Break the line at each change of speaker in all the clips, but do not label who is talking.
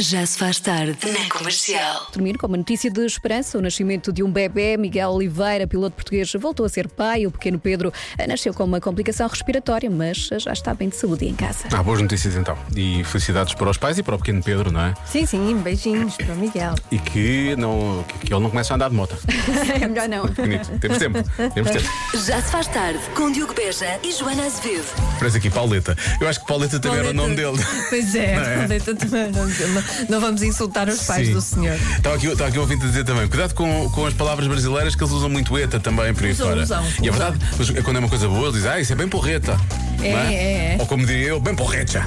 Já se faz tarde na comercial.
Termino com uma notícia de esperança: o nascimento de um bebê. Miguel Oliveira, piloto português, voltou a ser pai. O pequeno Pedro eh, nasceu com uma complicação respiratória, mas eh, já está bem de saúde e em casa.
Há boas notícias então. E felicidades para os pais e para o pequeno Pedro, não é?
Sim, sim, beijinhos para o Miguel.
E que, não, que que ele não comece a andar de moto.
É melhor não.
Pequenito. Temos tempo. Temos tempo.
Já se faz tarde com Diogo Beja e Joana Azevedo.
Parece aqui Pauleta. Eu acho que Pauleta também era o nome dele.
Pois é, Pauleta também não, não- não vamos insultar os pais
Sim.
do senhor.
Estava aqui, estava aqui um ouvinte a dizer também: cuidado com, com as palavras brasileiras que eles usam muito ETA também por aí
Usam,
fora.
usam.
E é verdade, mas quando é uma coisa boa, eles dizem: ah, isso é bem porreta.
É,
não
é, é.
Ou como diria eu, bem porreta.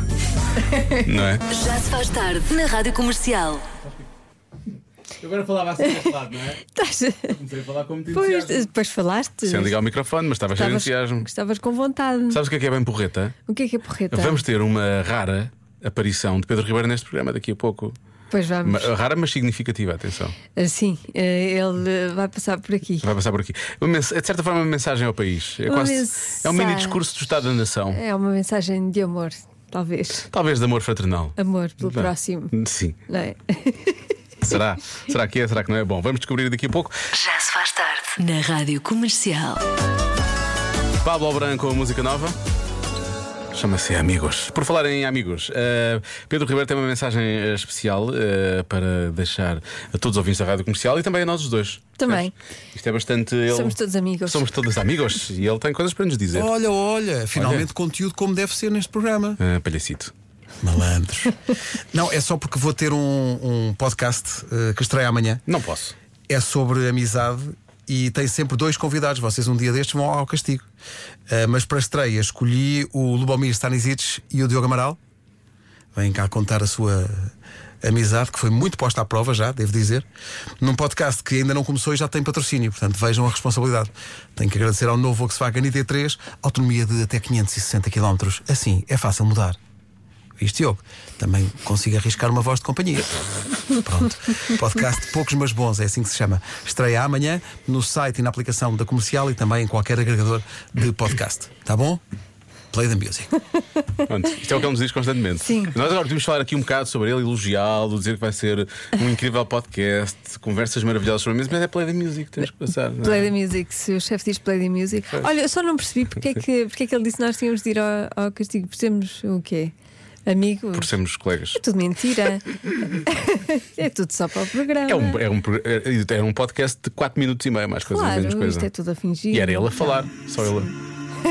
não é?
Já se faz tarde na rádio comercial.
Eu agora falava assim deste lado, não é?
Estás-
Comecei a falar como te
Pois, depois falaste.
Sem ligar o microfone, mas estava cheio de
Estavas-
entusiasmo.
Estavas com vontade.
Sabes o que é que é bem porreta?
O que é que é porreta?
Vamos ter uma rara aparição de Pedro Ribeiro neste programa daqui a pouco.
Pois vamos.
Ma- Rara, mas significativa, atenção.
Ah, Sim, eh, ele eh, vai passar por aqui.
Vai passar por aqui. Uma mens- É de certa forma uma mensagem ao país. É,
Uma
quase-
mensagem.
é um mini discurso do Estado da Nação.
É uma mensagem de amor, talvez.
Talvez de amor fraternal.
Amor pelo
Bem,
próximo.
Sim.
Não é?
Será? Será que é? Será que não é? Bom, vamos descobrir daqui a pouco.
Já se faz tarde na rádio comercial.
Pablo Branco, a música nova. Chama-se Amigos. Por falar em amigos, eh, Pedro Ribeiro tem uma mensagem eh, especial eh, para deixar a todos os ouvintes da rádio comercial e também a nós os dois.
Também.
Percebes? Isto é bastante. ele-
Somos todos amigos. Oh.
Somos todos amigos e ele tem coisas para nos dizer.
Olha, olha, finalmente conteúdo como deve ser neste programa.
Ah, palhacito.
Malandros. Não, é só porque vou ter um, um podcast eh, que estreia amanhã.
Não posso.
É sobre amizade e tem sempre dois convidados. Vocês um dia destes vão ao castigo. Eh, mas para a estreia escolhi o Lubomir Stanisic e o Diogo Amaral. Vêm cá contar a sua amizade, que foi muito posta à prova já, devo dizer, num podcast que ainda não começou e já tem patrocínio. Portanto, vejam a responsabilidade. Tenho que agradecer ao novo Volkswagen ID3, autonomia de até 560 km. Assim, é fácil mudar. Viste, Diogo? Também consigo arriscar uma voz de companhia. Pronto. Podcast Poucos Mas Bons, é assim que se chama. Estreia amanhã no site e na aplicação da comercial e também em qualquer agregador de podcast. Tá bom? Play the music.
Pronto, isto é o que ele nos diz constantemente.
Sim.
Nós agora podemos falar aqui um bocado sobre ele, elogiá-lo, dizer que vai ser um incrível podcast, conversas maravilhosas sobre a mesa, mas é Play the Music, temos que passar. não é?
Play the music, se o chefe diz play the music. Olha, eu só não percebi porque é que, porque é que ele disse que nós tínhamos de ir ao, ao castigo. Por sermos o quê? Amigos?
Por sermos colegas.
É tudo mentira. é tudo só para o programa.
É um, é um, pro- é- é um podcast de 4 minutos e meio, mais coisa,
Claro,
menos coisa.
isto é tudo a fingir.
E era ele a falar, só ele.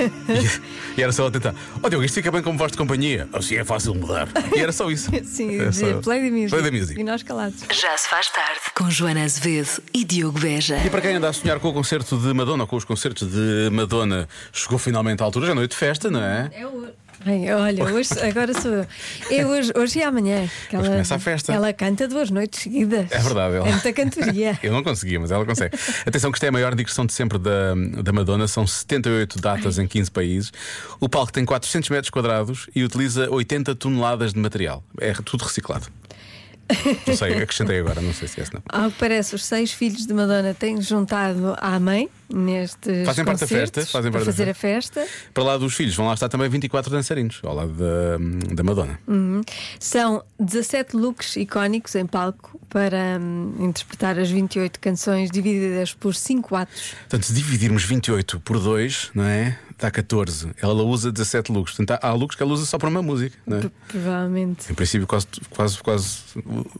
a- E era só ele a tentar. Ó Diogo, isto fica bem como voz de companhia. Assim é fácil mudar. E era só isso.
Sim,
É só-
de play the music.
Play the music.
E nós calados.
Já se faz tarde com Joana Azevedo e Diogo Beja.
E para quem anda a sonhar com o concerto de Madonna ou com os concertos de Madonna, chegou finalmente à altura, já é noite de festa, não é?
Bem, olha, hoje, agora sou eu. É hoje, hoje e amanhã. que
Hoje começa a festa.
Ela canta duas noites seguidas.
É verdade, ela-
É muita cantoria.
Eu não conseguia, mas ela consegue. Atenção, que esta é a maior digressão de sempre da, da Madonna. São 78 datas em 15 países. O palco tem 400 metros quadrados e utiliza 80 toneladas de material. É tudo reciclado. Não sei, acrescentei agora, não sei se é esse não.
Ao que parece, os seis filhos de Madonna têm juntado à mãe nestes.
Fazem parte da
concertos
festa, fazem parte
para
da
fazer a festa.
Para lá dos filhos, vão lá estar também 24 dançarinos, ao lado da, da Madonna.
São 17 looks icónicos em palco para hum, interpretar as 28 canções divididas por 5 atos.
Portanto, se dividirmos 28 por 2, não é? Dá 14. Ela usa 17 looks. Portanto, há há looks que ela usa só para uma música, não é?
P- Provavelmente.
Em princípio, quase, quase, quase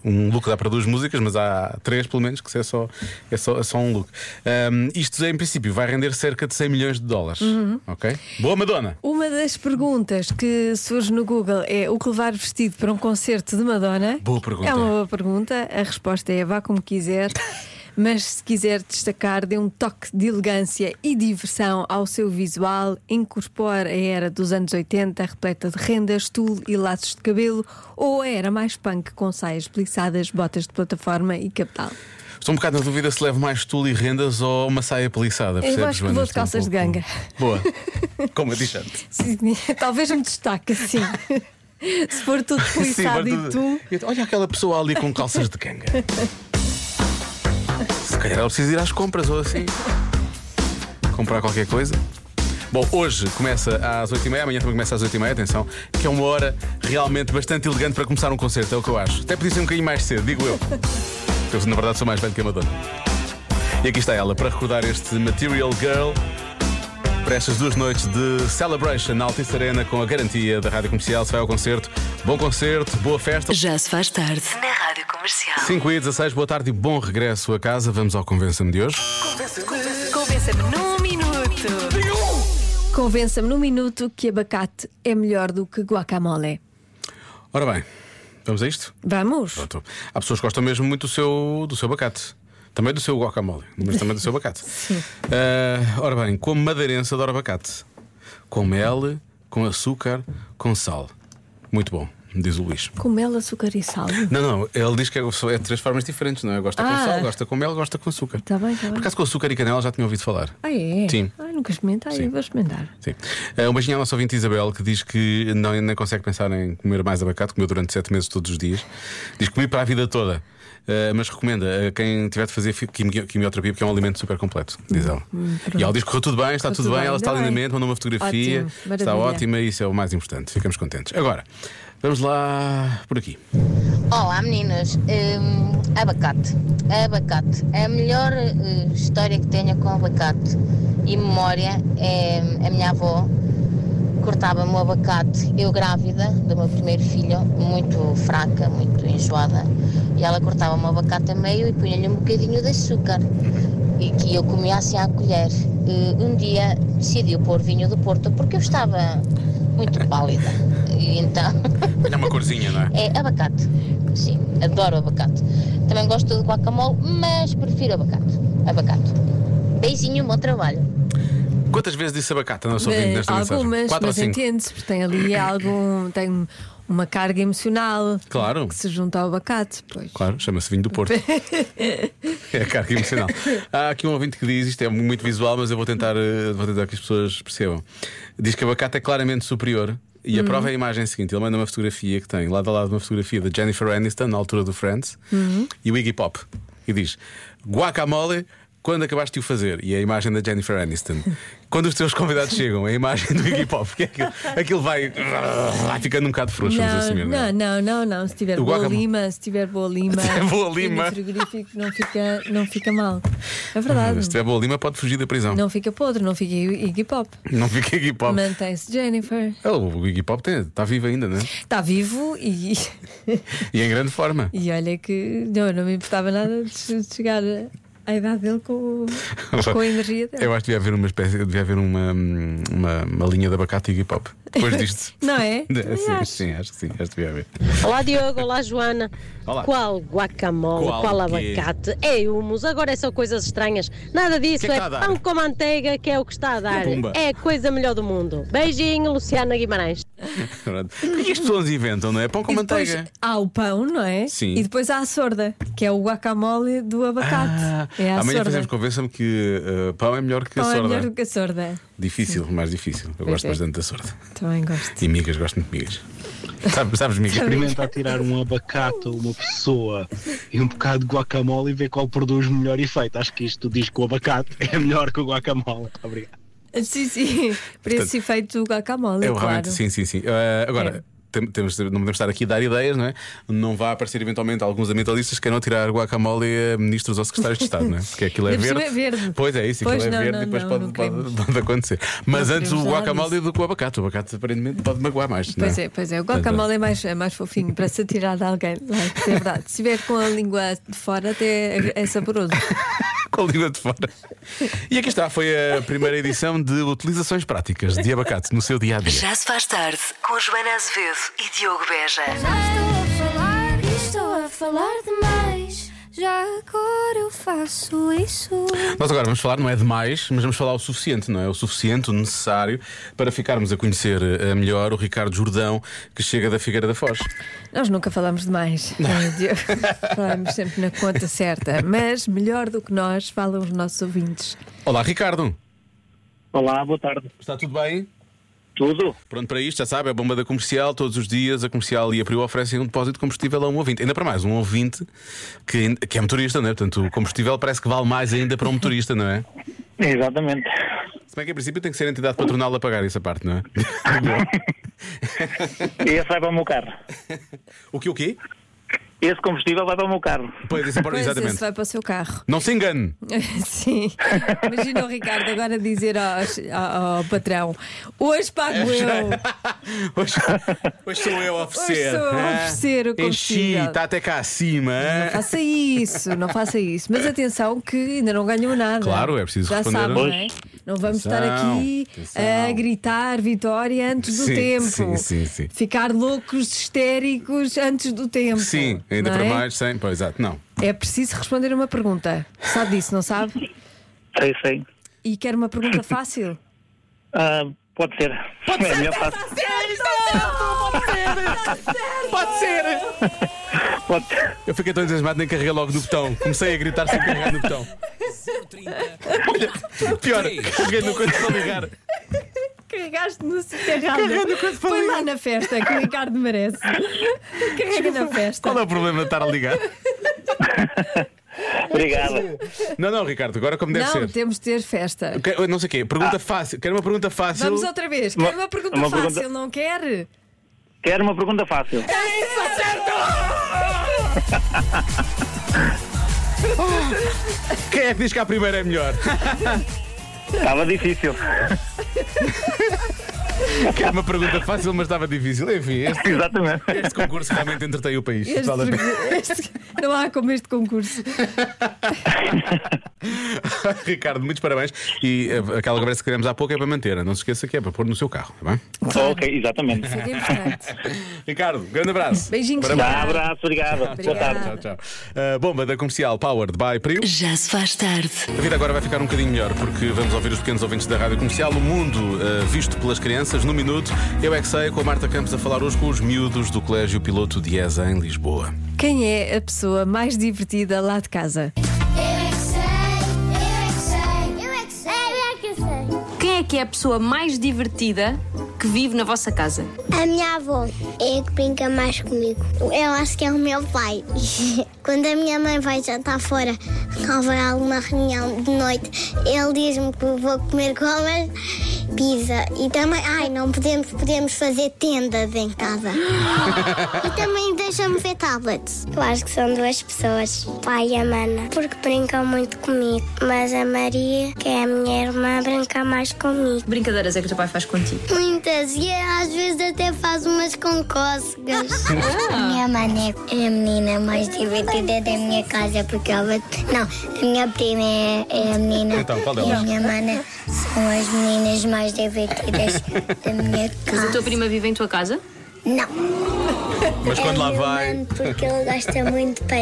um look dá para duas músicas, mas há três, pelo menos, que é só, é só, é só um look. Ahm, isto, em princípio, vai render cerca de 100 milhões de dólares.
Uhum.
Ok? Boa, Madonna!
Uma das perguntas que surge no Google é o que levar vestido para um concerto de Madonna?
Boa pergunta.
É uma boa pergunta. A resposta é vá como quiser, mas se quiser destacar, dê um toque de elegância e diversão ao seu visual, incorpora a era dos anos 80, repleta de rendas, tule e laços de cabelo, ou a era mais punk com saias plissadas, botas de plataforma e capital.
Estou um bocado na dúvida se levo mais tule e rendas ou uma saia
Eu
pelissada. percebes,
acho que
Joana?
vou de
Estou um
calças de
pouco-
ganga.
Boa. Como eu disse antes.
Sim, Talvez me destaque, sim. se for tudo plissado
Sim,
e
mas
tu.
tu- Olha aquela pessoa ali com calças de ganga. Se calhar ela precisa ir às compras ou assim. Comprar qualquer coisa. Bom, hoje começa às 8h30, amanhã também começa às 8h30, atenção, que é uma hora realmente bastante elegante para começar um concerto, é o que eu acho. Até podia ser um bocadinho mais cedo, digo eu. Porque eu, na verdade, sou mais velho que a Madonna. E aqui está ela para recordar este Material Girl para estas duas noites de celebration na Altice Arena com a garantia da Rádio Comercial. Se vai ao concerto, bom concerto, boa festa.
Já se faz tarde na Rádio Comercial.
5 e 16, boa tarde e bom regresso a casa. Vamos ao Convença-me de hoje.
Convença-me num minuto.
Convença-me num minuto que abacate é melhor do que guacamole.
Ora bem, vamos a isto?
Vamos?
Pronto. Há pessoas que gostam mesmo muito do seu, do seu abacate. Também do seu guacamole, mas também do seu abacate. Ah, ora bem, como madeirense adoro abacate. Com mel, com açúcar, com sal. Muito bom, diz o Luís.
Com mel, açúcar e sal.
Não, não, ele diz que é, é de três formas diferentes, não é? Gosta com
Ah.
sal, gosta com mel, gosta com açúcar.
Tá bem, tá bem.
Por acaso com açúcar e canela já tinha ouvido falar.
Ah, é?
Sim.
Ai, nunca experimentei,
Sim.
vou experimentar.
Sim. Eh, Um beijinho à nossa ouvinte Isabel que diz que não, nem consegue pensar em comer mais abacate, comeu durante sete meses todos os dias. Diz que comi para a vida toda. Eh, mas recomenda a quem tiver de fazer fi- quimio- quimioterapia, porque é um alimento super completo, diz ela. e ela diz que correu tudo bem, está
Hum, Correu
tudo
tudo
bem,
bem,
ela está
ainda bem.
lindamente, mandou uma fotografia,
Ótimo,
está
maravilha.
ótima, isso é o mais importante, ficamos contentes. Agora, vamos lá por aqui.
Olá meninas, Hum, abacate, abacate, a melhor eh, história que tenho com abacate e memória é hum, a minha avó cortava-me o abacate, eu grávida do meu primeiro filho, muito fraca, muito enjoada, e ela cortava-me o abacate a meio e punha-lhe um bocadinho de açúcar e que eu comia assim à colher. Eh, Um dia decidiu pôr vinho do Porto porque eu estava muito pálida e então
Olha uma corzinha, não é?
é abacate. Sim, adoro abacate. Também gosto de guacamole, mas prefiro abacate. Abacate. Beijinho, bom trabalho.
Quantas vezes disse abacate a nossa ouvinte
Bem,
nesta mensagem?
Eh, algumas,
Quatro ou
mas
cinco?
entende-se, porque tem ali algum. tem uma carga emocional
Claro.
que se junta ao abacate. Pois.
Claro, chama-se vinho do Porto. é a carga emocional. Há aqui um ouvinte que diz, isto é muito visual, mas eu vou tentar, eh, vou tentar que as pessoas percebam. Diz que abacate é claramente superior. E a prova é a imagem seguinte: ele manda uma fotografia que tem lado a lado uma fotografia de Jennifer Aniston, na altura do Friends, e o Iggy Pop. E diz: Guacamole, quando acabaste de o fazer? E é a imagem da Jennifer Aniston. Quando os teus convidados chegam, é a imagem do Iggy Pop, que é aquilo, aquilo vai, vai ficando um bocado frouxo, vamos assumir.
Não,
não é?
não, não, não, não. Se tiver
O
boa
guacamole.
lima, se tiver boa lima,
Se tiver boa
e no
lima.
frigorífico não fica, não fica mal. É verdade.
Se tiver boa lima, pode fugir da prisão.
Não fica podre, não fica Iggy Pop.
Não fica Iggy Pop.
Mantém-se Jennifer.
Ah, O Iggy Pop está vivo ainda, né?
Está vivo e,
E em grande forma.
e olha que não, não me importava nada de che- de chegar à idade dele com, o- com a energia dele.
Eu acho que devia haver uma espécie, devia haver uma, hum, uma, uma linha de abacate e Iggy Pop. Depois disto.
Não é? Também
sim,
acho.
sim, acho que sim, acho que devia haver.
Olá Diogo, olá Joana.
Olá.
Qual guacamole,
Qual
qual,
o quê?
abacate? É humus, agora é só coisas estranhas. Nada disso,
O que é que está a
é
dar?
pão com manteiga que é o que está a dar.
Pumba.
É a coisa melhor do mundo. Beijinho, Luciana Guimarães.
Pronto. O que é que as pessoas inventam, não é? Pão com
E depois
manteiga.
há o pão, não é?
Sim.
E depois há a sorda, que é o guacamole do abacate. é a
Ah, amanhã
sorda.
fazemos, convença-me que eh, pão é melhor que a
Pão é
sorda.
melhor do que a sorda.
Difícil, mais difícil. Eu
Pois
gosto
é.
bastante da sorda.
Também gosto.
E migas, gosto muito de migas. Sabes, sabes migas?
Experimenta tirar um abacate a uma pessoa e um bocado de guacamole e ver qual produz melhor efeito. Acho que isto diz que o abacate é melhor que o guacamole. Obrigado.
Sim, sim. Para esse efeito do guacamole,
Eu
claro.
É realmente, sim, sim, sim. Eh, agora.
É.
tem- Temos, não podemos estar aqui a dar ideias, não é? Não vai aparecer eventualmente alguns ambientalistas que queiram tirar guacamole a ministros ou secretários de Estado, não é? Porque aquilo é
Ainda por
verde.
cima é verde.
Pois é, isso,
Pois,
aquilo
não,
é verde
não,
e depois
não,
pode,
não
pode,
queremos.
pode acontecer. Mas
Não
antes o
queremos nada
guacamole do que o abacate. O abacate aparentemente pode magoar mais.
Pois
não
é, pois é. O guacamole é mais, é mais fofinho para se atirar de alguém. Like, é verdade. Se estiver com a língua de fora, até é saboroso.
Com a língua de fora. E aqui está, foi a primeira edição de utilizações práticas de abacate no seu dia a dia.
Já se faz tarde com Joana Azevedo e Diogo Beja.
Já estou a falar e estou a falar demais. Já agora eu faço isso.
Nós agora vamos falar, não é demais, mas vamos falar o suficiente, não é? O suficiente, o necessário, para ficarmos a conhecer eh, melhor o Ricardo Jordão, que chega da Figueira da Foz.
Nós nunca falamos demais. eh, Diogo. falamos sempre na conta certa. Mas melhor do que nós falam os nossos ouvintes.
Olá, Ricardo.
Olá, boa tarde.
Está tudo bem?
Tudo?
Pronto para isto, já sabe, é a bomba da comercial. Todos os dias a comercial e a Priu oferecem um depósito de combustível a um ouvinte. Ainda para mais, um ouvinte que, que é motorista, não é? Portanto, o combustível parece que vale mais ainda para um motorista, não é?
Exatamente.
Se bem que em princípio tem que ser a entidade patronal a pagar essa parte, não é?
Esse vai para o meu carro.
o que o quê?
Esse combustível vai para o meu carro.
Pois, essa parte,
Pois,
exatamente.
esse vai para o seu carro.
Não se engane.
Sim. Imagina o Ricardo agora dizer aos- ao, ao patrão: Hoje pago eu.
Hoje, hoje sou eu a oferecer.
Hoje sou eu a
Ah,
oferecer o
Enchi,
combustível.
está até cá acima. ah.
Faça isso, não faça isso. Mas atenção que ainda não ganhou nada.
Claro, é preciso
Já
responder
sabe,
a-
não é? Não vamos estar aqui eh,
Atenção,
a
atenção.
gritar vitória antes do
Sim,
tempo.
sim, sim, sim.
Ficar loucos, histéricos antes do tempo.
Sim, ainda
não
para
é?
mais, sem. Pois, exato, não.
É preciso responder uma pergunta. Sabe disso, não sabe?
Sei, sei.
E quer uma pergunta fácil? tá
Ah, pode ser. Pode é melhor fácil.
é Pode ser!
Pode ser.
Eu fiquei tão entusiasmado, nem carreguei logo no botão. Comecei a gritar sem carregar no botão. Olha, pior, carreguei no quando para ligar.
Carregaste no sítio errado. Põe lá na festa que o Ricardo merece. Carrega na festa.
Qual é o problema de estar a ligar?
Obrigado.
Não, não, Ricardo, agora como deve
Não,
ser.
temos de ter festa.
Que- Não sei o quê, pergunta fácil. Quero uma pergunta fácil.
Vamos outra vez.
Uma-
Quer uma pergunta
uma
fácil,
pergunta-
não
É
quer? Tá
Quero uma pergunta fácil.
Quem é que diz que a primeira é melhor?
Estava difícil.
Quero uma pergunta fácil, mas estava difícil. Enfim, este,
Exatamente.
este concurso realmente entretém o país.
Este-
Vale a pena.
este- não há como este concurso.
Ricardo, muitos parabéns. E eh, aquela conversa que tivemos há pouco é para manter. Não se esqueça que é para pôr no seu carro, está bem?
ok, exatamente.
É importante.
Ricardo, grande abraço.
Beijinhos.
Dá
Ricardo.
abraço, obrigado. Boa
Obrigada.
tarde.
Tchau, tchau. Eh, bomba da comercial Powered by Priu.
Já se faz tarde.
A vida agora vai ficar um bocadinho melhor porque vamos ouvir os pequenos ouvintes da rádio comercial. O mundo eh, visto pelas crianças no minuto. Eu é que sei, com a Marta Campos a falar hoje com os miúdos do Colégio Piloto Dieza em Lisboa.
Quem é a pessoa mais divertida lá de casa?
Quem é que é a pessoa mais divertida que vive na vossa casa?
A minha avó é a que brinca mais comigo. Eu acho que é o meu pai. Quando a minha mãe vai jantar fora, ou vai a alguma reunião de noite, ele diz-me que vou comer gomas, pizza. E também, ai, não podemos, podemos fazer tendas em casa. e também deixa-me ver tablets. Eu acho que são duas pessoas, pai e a mana, porque brincam muito comigo. Mas a Maria, que é a minha irmã, brinca mais comigo.
Que brincadeiras é que o teu pai faz contigo?
Muitas, e é, às vezes até faz umas com cócegas.
Ah.
A minha mãe é a menina mais divertida da minha casa, porque ela. Não, a minha prima é, é a menina.
Então, qual delas?
E a minha mana são as meninas mais divertidas da minha
Mas a tua
casa.
prima vive em tua casa?
Não,
Mas quando
é
lá
meu
vai.
mano, porque ele gosta muito de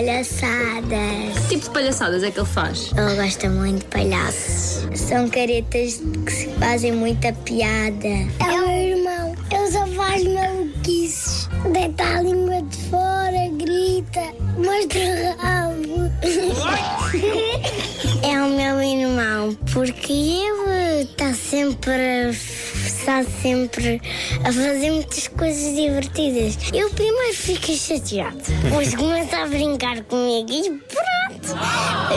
palhaçadas.
Que tipo de palhaçadas é que ele faz?
Ele gosta muito de palhaços. São caretas que se fazem muita piada. É o meu irmão. Ele só faz maluquices. Deita a língua de fora, grita, mostra o rabo. é o meu irmão, porque ele está sempre, está sempre a fazer muitas coisas divertidas. Eu primeiro fico chateado, depois começa a brincar comigo e pronto.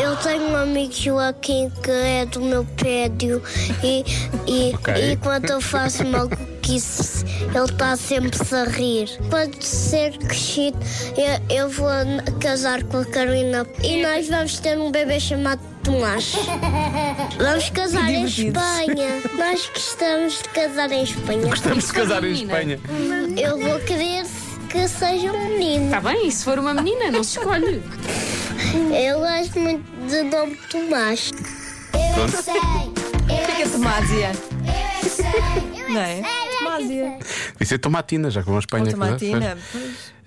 Eu tenho um amigo aqui que é do meu prédio e, e,
Ok.
e quando eu faço maluquices, ele está sempre a rir. Quando ser crescido, eu, eu vou n- casar com a Carolina e nós vamos ter um bebê chamado Tomás. Vamos casar em
divertido.
Espanha. Nós gostamos de casar em Espanha.
Estamos a casar em
Menina.
Espanha.
Eu vou querer que seja um menino.
Está Tá bem, e se for uma menina, não se escolhe.
Eu gosto muito do nome Tomás. Eu é que sei, eu é
Que é
que
Tomásia.
sei, eu
Não
é
é?
que sei, eu é
Tomásia.
que sei.
Isso é tomatina, já que vão à Espanha. é?
Ou
quer dizer,
Tomatina.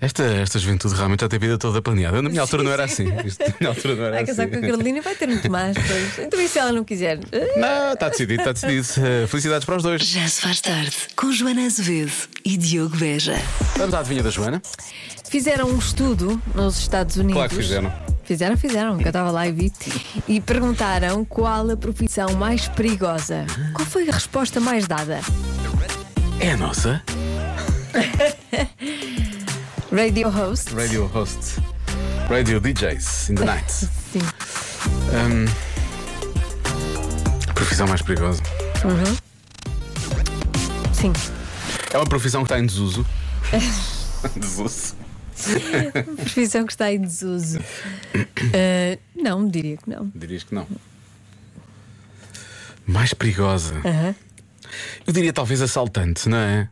Esta, esta juventude realmente já tem a vida toda planeada. Eu, Na minha altura não era assim. Isto, na minha altura não era
Vai casar
assim.
com a Carolina e vai ter um Tomás. Pois. Então e se ela não quiser? Eh,
Não, está decidido, está decidido. Eh, Felicidades para os dois.
Já se faz tarde. Com Joana Azevedo e Diogo Veja.
Vamos à adivinha da Joana?
Fizeram um estudo nos Estados Unidos.
Claro que fizeram.
Fizeram, fizeram, que eu estava lá e vi. E perguntaram qual a profissão mais perigosa. Qual foi a resposta mais dada?
É a nossa
Radio host?
radio host. Radio DJs in the night.
Sim.
Ahm, profissão mais perigosa.
Uhum. Sim.
É uma profissão que está em desuso. desuso.
Profissão que está em desuso. Ah, não, diria que não.
Dirias que não. Mais perigosa.
Aham.
Eu diria talvez assaltante, não é?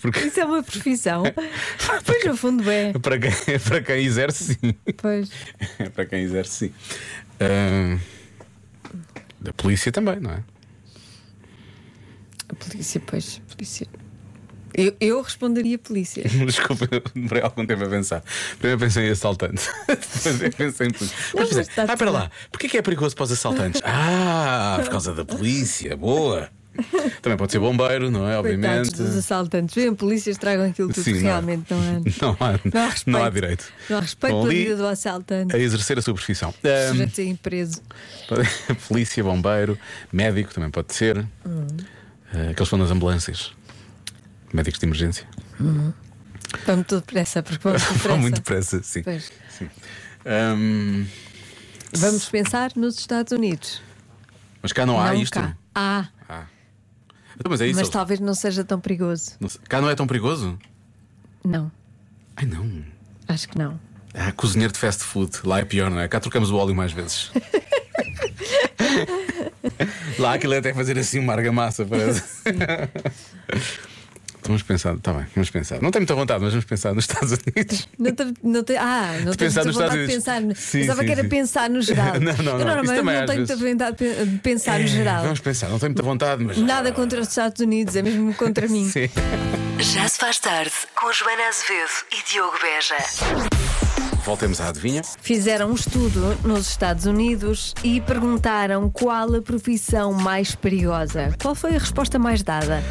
Porque
Isso é uma profissão. pois no fundo é.
para quem, para quem exerce, sim.
Pois.
para quem exerce, sim. Ah, da polícia também, não é?
A polícia, pois. Polícia. Eu, eu responderia polícia.
Desculpa, eu demorei algum tempo a pensar. Primeiro pensei em assaltante. Depois eu pensei em polícia.
Não,
Mas pensei,
mas está
ah, espera
tudo
lá. Porquê que é perigoso para os assaltantes? Ah, por causa da polícia. Boa. Também pode ser bombeiro, não é?
Coitados
Obviamente.
dos assaltantes. Vêm polícias, tragam aquilo tudo
Sim,
que
não.
realmente não é.
Não há,
Não há respeito.
não há direito.
Não há respeito
Bom,
pela
ali-
vida do assaltante.
A exercer a sua profissão.
Um...
Ahm,
Sujeito a ser preso.
polícia, bombeiro, médico também pode ser.
Hum.
Ah, aqueles que vão nas ambulâncias. Médicos de emergência.
Vamos tudo depressa, porque vamos tudo
Vão
depressa.
muito depressa, sim.
Pois.
Sim. Ahm,
Vamos pensar nos Estados Unidos.
mas cá não há
não
isto.
cá. Há,
Ah. Então, Mas é isso.
mas tá- talvez não seja tão perigoso.
Não sei. Cá não é tão perigoso?
Não,
Ai não.
acho que não.
Ah, cozinheiro de fast food. Lá é pior, não é? Cá trocamos o óleo mais vezes. Lá aquilo é até fazer assim uma argamassa, parece. Então, Vamos pensar, está bem, vamos pensar. Não tenho muita vontade, mas vamos pensar nos Estados Unidos.
Não te, não te, ah, não
De
tenho
pensar
muita
nos
vontade de
Estados
pensar.
Unidos. Sim,
Pensava
sim,
que era
sim.
pensar no geral.
Não, não, não.
Eu
Isso
normalmente
também
não
às
tenho muita
vezes.
vontade de pensar no geral.
É, Vamos pensar, não tenho muita vontade, mas.
Nada contra os Estados Unidos, é mesmo contra mim.
Sim.
Já se faz tarde com Joana Azevedo e Diogo Beja.
Voltemos à adivinha.
Fizeram um estudo nos Estados Unidos e perguntaram qual a profissão mais perigosa. Qual foi a resposta mais dada?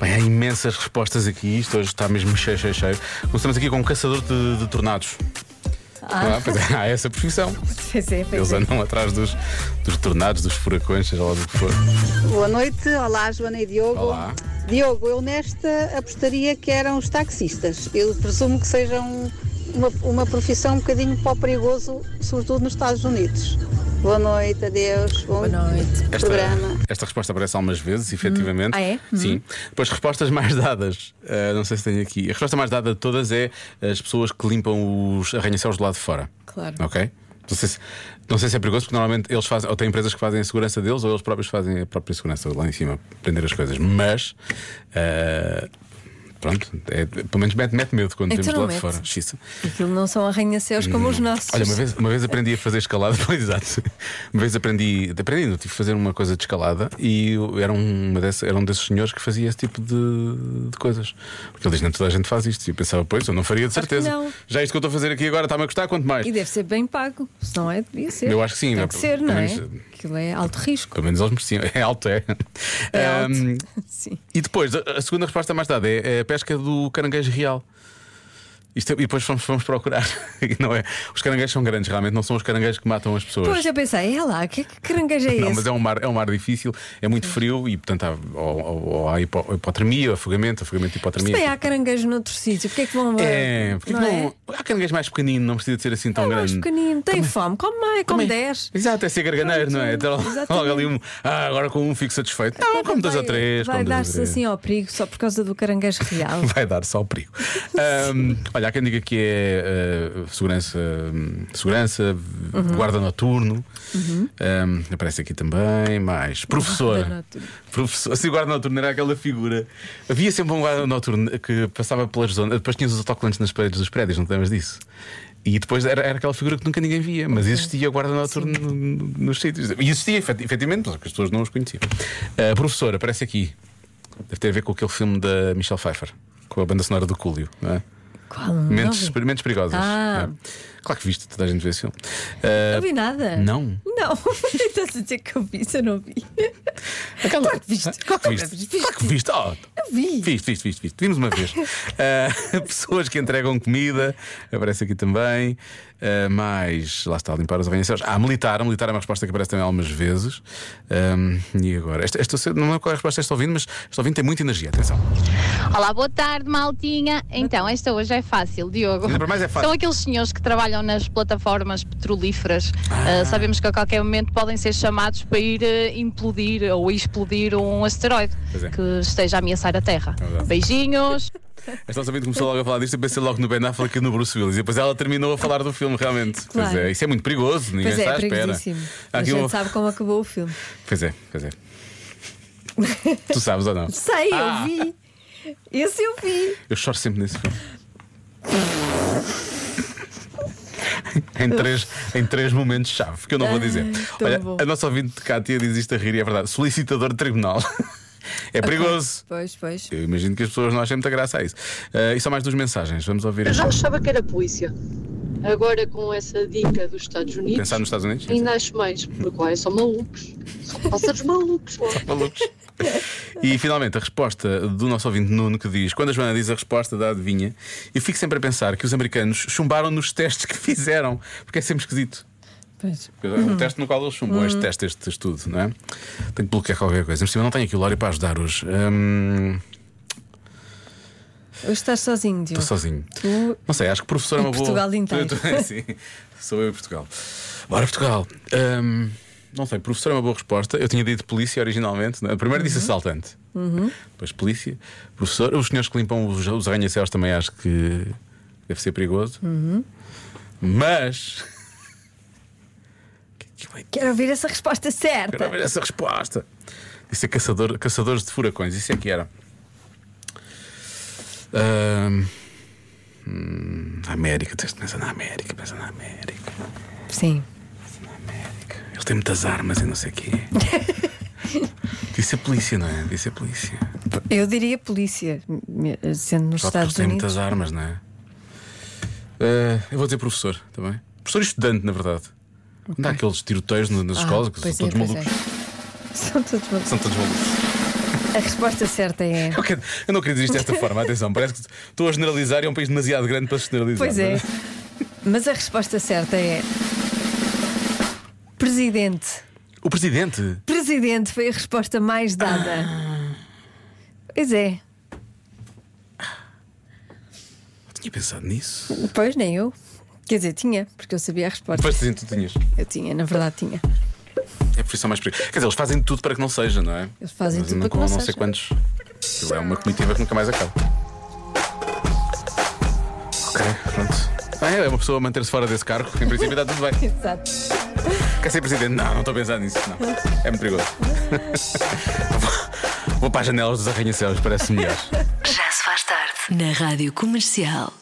Bem, há imensas respostas aqui. Isto hoje está mesmo cheio, cheio, cheio. Começamos aqui com um caçador de, de tornados. Ah. pois é, há essa profissão.
Pois é,
Eles andam atrás dos, dos tornados, dos furacões, seja lá do que for.
Boa noite, olá Joana e Diogo.
Olá.
Diogo, eu nesta apostaria que eram os taxistas. Eu presumo que sejam uma, uma profissão um bocadinho pó perigoso, sobretudo nos Estados Unidos. Boa noite, adeus, bom Boa noite. programa.
esta resposta aparece algumas vezes, efetivamente.
Ah, é?
Sim. Depois, respostas mais dadas. Ah, não sei se tenho aqui. A resposta mais dada de todas é as pessoas que limpam os arranha-céus do lado de fora.
Claro.
Ok? Não sei, se, não sei se é perigoso, porque normalmente eles fazem, ou têm empresas que fazem a segurança deles, ou eles próprios fazem a própria segurança lá em cima, prender as coisas. Mas. ah, pronto, é- pelo menos mete, mete medo
É
quando
Então
temos do
não
lado de
mete.
fora. Xiça.
Aquilo não são arranha-céus como os nossos.
Hum. Olha, uma vez, uma vez aprendi a fazer escalada, pois exato. Uma vez aprendi, aprendi, não, tive que fazer uma coisa de escalada e eu era, uma dessa, era um desses senhores que fazia esse tipo de, de coisas. Porque ele diz: não toda a gente faz isto. E eu pensava, pois, eu não faria de
Claro que
certeza.
não.
Já isto que eu estou a fazer aqui agora está-me a gostar, quanto mais.
E deve ser bem pago, se não é, devia ser.
Eu acho que sim,
Tem
é,
que ser,
pelo
não é?
menos-
Aquilo é alto risco.
Pelo menos eles mereciam. É alto, é.
É alto.
Ahm,
Sim.
E depois, a a segunda resposta mais dada é, é a pesca do caranguejo real. Isto é- e depois fomos, fomos procurar. E não é. Os caranguejos são grandes, realmente, não são os caranguejos que matam as pessoas.
Pois eu pensei, é lá, que, que caranguejo é
Não,
esse?
mas é um, mar, é um mar difícil, é muito frio e, portanto, há, ou, ou- ou há hipo- hipotermia, afogamento, afogamento de
Se bem
hipotermia.
há caranguejo noutro sítio, porque é que vão.
É, porque
não
não,
é?
há caranguejo mais pequenino, não precisa de ser assim tão
Mais
grande.
pequenino, tem fome, come mais, come
Também.
10.
Exato, é ser garganeiro, não é? Então,
exatamente. Então
logo ali um. Ah, agora com um fico satisfeito. Não, como dois ou três.
Vai
como dois ou
dar-se
três.
assim ao perigo só por causa do caranguejo real.
Vai dar só o perigo. Ahm, olha, há quem diga que é ah, segurança, hum, segurança
Uhum.
guarda noturno. Ahm, aparece aqui também. Mais professora.
noturno.
Professor, se o guarda noturno era aquela figura. Havia sempre um guarda noturno que passava pelas zonas. Depois tinha os autocolantes nas paredes dos prédios, não te lembras disso? E depois era, era aquela figura que nunca ninguém via, mas existia o guarda noturno no- no- nos sítios. E existia, efet- efetivamente, mas as pessoas não os conheciam. A professora, aparece aqui. Deve ter a ver com aquele filme da Michelle Pfeiffer, com a banda sonora do Cúlio, não é?
Qual? Não
Mentes,
vi.
mentes perigosas.
Ah.
não é? Claro que viste, toda a gente vê esse filme. Ah,
Não vi nada.
Não.
Não, estás a dizer que eu vi, se eu não vi. Claro que viste.
Claro que viste. Claro que viste. Oh,
Eu vi.
Viste, viste, viste, viste. Vimos uma vez. Ah, pessoas que entregam comida, aparece aqui também. Ah, mais, lá está, limpar os arranha-céus. Ah, militar. A militar é uma resposta que aparece também algumas vezes. Ahm, e agora? Esta, esta- não lembro qual é a resposta que estou ouvindo, mas estou ouvindo tem muita energia. Atenção.
Olá, boa tarde, maltinha. Então, esta hoje é fácil, Diogo.
Ainda para mais é fácil.
São aqueles senhores que trabalham trabalham nas plataformas petrolíferas.
Ah.
Uh, sabemos que a qualquer momento podem ser chamados para ir uh, implodir ou explodir um asteroide
Pois é.
que esteja a ameaçar a Terra.
verdade.
Beijinhos!
Esta nossa ouvinte começou logo a falar disto e pensei logo no Ben Affleck e no Bruce Willis. E depois ela terminou a falar do filme, realmente.
Claro.
Pois é, isso é muito perigoso, ninguém
Pois é,
está
é
à espera.
perigosíssimo.
Há
A
aqui
gente
um-
sabe como acabou o filme.
Pois é, pois é. tu sabes ou não?
Sei,
Ah,
eu vi. Esse eu vi.
Eu choro sempre nesse filme. Em três, em três momentos chave, que eu não vou dizer.
Ai, tão
Olha,
bom.
a nossa ouvinte de Cátia diz isto a rir e é verdade. Solicitador de tribunal. É perigoso.
Pois, pois.
Eu imagino que as pessoas não achem muita graça a isso. Ah, e só mais duas mensagens. Vamos ouvir.
Eu já achava que era polícia. Agora, com essa dica dos Estados Unidos,
Pensar nos Estados Unidos?
ainda acho mais, porque lá é só malucos. São pássaros malucos. lá.
Malucos. E finalmente a resposta do nosso ouvinte Nuno que diz: Quando a Joana diz a resposta da adivinha, eu fico sempre a pensar que os americanos chumbaram nos testes que fizeram, porque é sempre esquisito.
Pois.
É Um teste no qual eles chumbam
Uhum.
este teste, este estudo, não é? Tenho que bloquear qualquer coisa. Em cima não tenho aqui o Lório para ajudar hoje. Hum,
Hoje estás sozinho, Diogo.
estou sozinho.
Tu
Não sei, acho que professor é
E
uma boa.
Ah. Portugal inteiro.
Sim, sou eu e Portugal. Bora, Portugal. Hum, não sei, professor é uma boa resposta. Eu tinha dito polícia originalmente. não é? Primeiro disse assaltante.
Uhum.
Depois polícia, professor, os senhores que limpam os, os arranha-céus também acho que deve ser perigoso.
Uhum.
Mas é
Quero ouvir essa resposta certa.
quero ver essa resposta. Isso é caçador, caçadores de furacões, isso é que era. Ahm, hum, América, tens de pensar na América, pensa na América.
Sim.
Eles têm muitas armas e não sei o quê. Disse a polícia, não é? Disse a polícia.
Eu diria polícia, me- eh, sendo nos
Só porque
Estados
eles têm
Unidos.
muitas armas, não é? Ah, eu vou dizer professor também. professor e estudante, na verdade. Não há aqueles tiroteios no- nas
Ah,
escolas que são
pois
todos
é, pois
malucos.
é. São todos malucos.
São todos malucos.
A resposta certa é.
Eu, quero- eu não queria dizer isto desta forma, atenção. Parece que estou a generalizar e é um país demasiado grande para se generalizar.
Pois é.
não
Mas a resposta certa é. Presidente.
O presidente.
Presidente foi a resposta mais dada.
Ah.
Pois é.
Não tinha pensado nisso.
Pois nem eu. Quer dizer, tinha, porque eu sabia a resposta.
Pois sim, tu tinhas.
Eu tinha, na verdade tinha.
É a profissão mais perigosa. Quer dizer, eles fazem tudo para que não seja, não é?
Eles fazem
Mas
tudo
não,
para que não
não sei
seja.
quantos. Aquilo É uma comitiva que nunca mais acaba. Ok, pronto. Bem, é uma pessoa a manter-se fora desse cargo. Em princípio está tudo bem.
Exato.
Quer ser presidente? Não, não estou a pensar nisso, não. É muito perigoso. Vou- Vou para as janelas dos arranha-céus, parece melhor.
Já se faz tarde na Rádio Comercial.